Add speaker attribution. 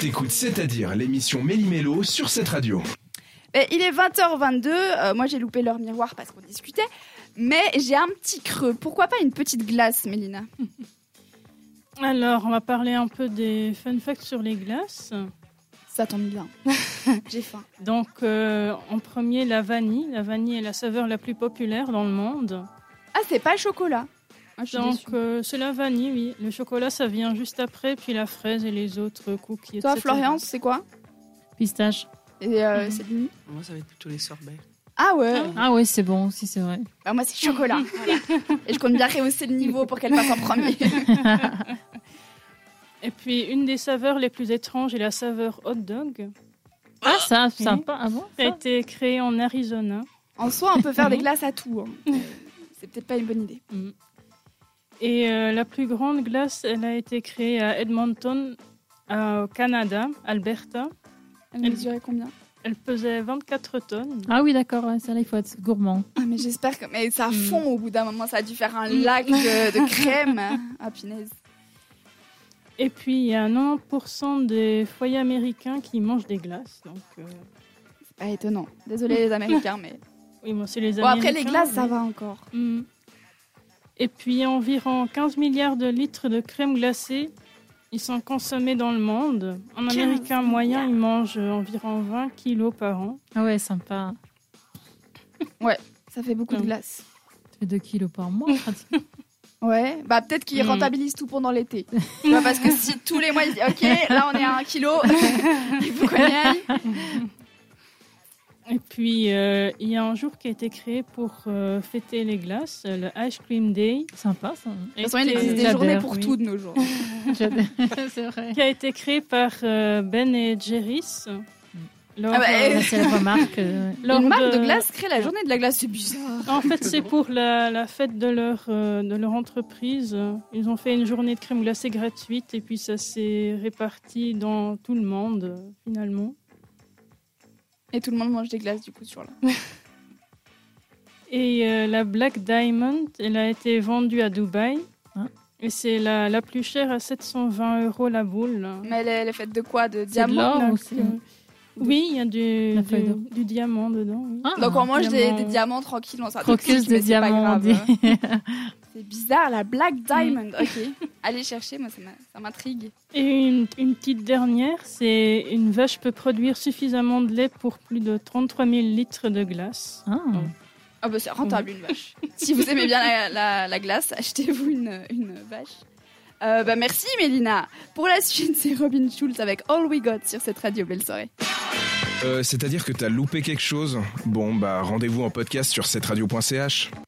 Speaker 1: t'écoutes, c'est-à-dire l'émission Méli-Mélo sur cette radio.
Speaker 2: Mais il est 20h22, euh, moi j'ai loupé l'heure miroir parce qu'on discutait, mais j'ai un petit creux. Pourquoi pas une petite glace, Mélina
Speaker 3: Alors, on va parler un peu des fun facts sur les glaces.
Speaker 2: Ça tombe bien. j'ai faim.
Speaker 3: Donc, euh, en premier, la vanille. La vanille est la saveur la plus populaire dans le monde.
Speaker 2: Ah, c'est pas le chocolat Ah, je suis
Speaker 3: Donc,
Speaker 2: déçue.
Speaker 3: euh, c'est la vanille, oui. Le chocolat, ça vient juste après, puis la fraise et les autres cookies.
Speaker 2: Toi,
Speaker 3: etc.
Speaker 2: Florian, c'est quoi
Speaker 4: Pistache.
Speaker 2: Et, euh,
Speaker 3: Mhm.
Speaker 2: c'est du-
Speaker 5: Moi, ça va être plutôt les sorbets.
Speaker 2: Ah ouais
Speaker 4: Ah ouais, c'est bon, si c'est vrai.
Speaker 2: Bah, Moi, c'est chocolat. Voilà. Et je compte bien rehausser le niveau pour qu'elle passe en premier.
Speaker 3: Et puis, une des saveurs les plus étranges est la saveur hot dog.
Speaker 4: Ah, ça, sympa. Ah bon
Speaker 3: Ça a été créée en Arizona.
Speaker 2: En soi, on peut faire des glaces à tout. hein. C'est peut-être pas une bonne idée.
Speaker 3: Et euh, la plus grande glace, elle a été créée à Edmonton, euh, au Canada, Alberta.
Speaker 2: Elle
Speaker 3: Elle-
Speaker 2: mesurait combien
Speaker 3: Elle pesait 24 tonnes.
Speaker 4: Ah oui, d'accord, ouais, ça là, il faut être gourmand.
Speaker 2: Ah, mais j'espère que. Mais ça
Speaker 4: Mhm.
Speaker 2: fond au bout d'un moment, ça a dû faire un lac de, de crème. Ah, punaise.
Speaker 3: Et puis, il y a 90% des foyers américains qui mangent des glaces. Donc, euh,
Speaker 2: C'est pas Ah, étonnant. Désolée, les Américains, mais.
Speaker 3: oui, moi, c'est les
Speaker 2: Bon,
Speaker 3: Américains.
Speaker 2: après, les glaces, ça
Speaker 3: mais-
Speaker 2: va encore.
Speaker 3: Mm. Et puis, environ 15 milliards de litres de crème glacée, ils sont consommés dans le monde. Un
Speaker 2: 15
Speaker 3: Américain moyen, il mange euh, environ 20 kilos par an.
Speaker 4: Ah ouais, sympa.
Speaker 2: Ça fait beaucoup de
Speaker 3: Non.
Speaker 2: glace.
Speaker 4: Ça fait 2 kilos par mois, pratiquement.
Speaker 2: Ouais, bah peut-être qu'ils
Speaker 3: Mhm.
Speaker 2: rentabilisent tout pendant l'été. Tu vois, parce que si tous les mois ils disent ok, là on est à un kilo, il faut qu'on y aille.
Speaker 3: Et puis, euh, il y a un jour qui a été créé pour euh, fêter les glaces, le Ice Cream Day.
Speaker 4: sympa, ça.
Speaker 2: De toute façon, il existe des
Speaker 4: J'adore,
Speaker 2: journées pour
Speaker 3: oui.
Speaker 2: tout de nos jours.
Speaker 4: c'est vrai.
Speaker 3: Qui a été créé par euh, Ben et Jerry's. Lors,
Speaker 2: Ah bah,
Speaker 3: euh,
Speaker 2: eh.
Speaker 4: C'est la remarque. euh, ouais.
Speaker 3: lors
Speaker 2: Une marque de glace crée la journée de la glace, c'est bizarre.
Speaker 3: En fait, c'est pour la, la fête de leur, euh, de leur entreprise. Ils ont fait une journée de crème glacée gratuite et puis ça s'est réparti dans tout le monde, euh, finalement.
Speaker 2: Et tout le monde mange des glaces du coup sur là.
Speaker 3: Et euh, la Black Diamond, elle a été vendue à Dubaï.
Speaker 4: Ah.
Speaker 3: Et c'est la, la plus chère à 720 euros la boule.
Speaker 2: Mais elle est, elle est faite de quoi De
Speaker 4: C'est de
Speaker 2: diamants
Speaker 4: l'or
Speaker 3: Donc,
Speaker 4: aussi. hein.
Speaker 3: euh, Oui, il y a du,
Speaker 4: La feuille
Speaker 3: du,
Speaker 4: d'or.
Speaker 3: du diamant dedans. oui.
Speaker 4: Ah,
Speaker 2: Donc on mange des,
Speaker 3: diamants.
Speaker 2: des diamants tranquilles, on s'en
Speaker 4: croqueuse
Speaker 2: toxique, mais
Speaker 4: de
Speaker 2: c'est pas
Speaker 4: diamants. on
Speaker 2: grave.
Speaker 4: dit.
Speaker 2: C'est bizarre, la Black Diamond, ok. Allez chercher, moi ça m'a- ça m'intrigue.
Speaker 3: Et une, une petite dernière, c'est une vache peut produire suffisamment de lait pour plus de 33 000 litres de glace.
Speaker 4: Ah.
Speaker 2: Ah bah c'est rentable une vache. si vous aimez bien la, la- la glace, achetez-vous une, une vache. Euh, bah merci Mélina. Pour la suite, c'est Robin Schulz avec All We Got sur cette radio. Belle soirée.
Speaker 1: Euh, c'est-à-dire que t'as loupé quelque chose Bon, bah rendez-vous en podcast sur cette radio.ch.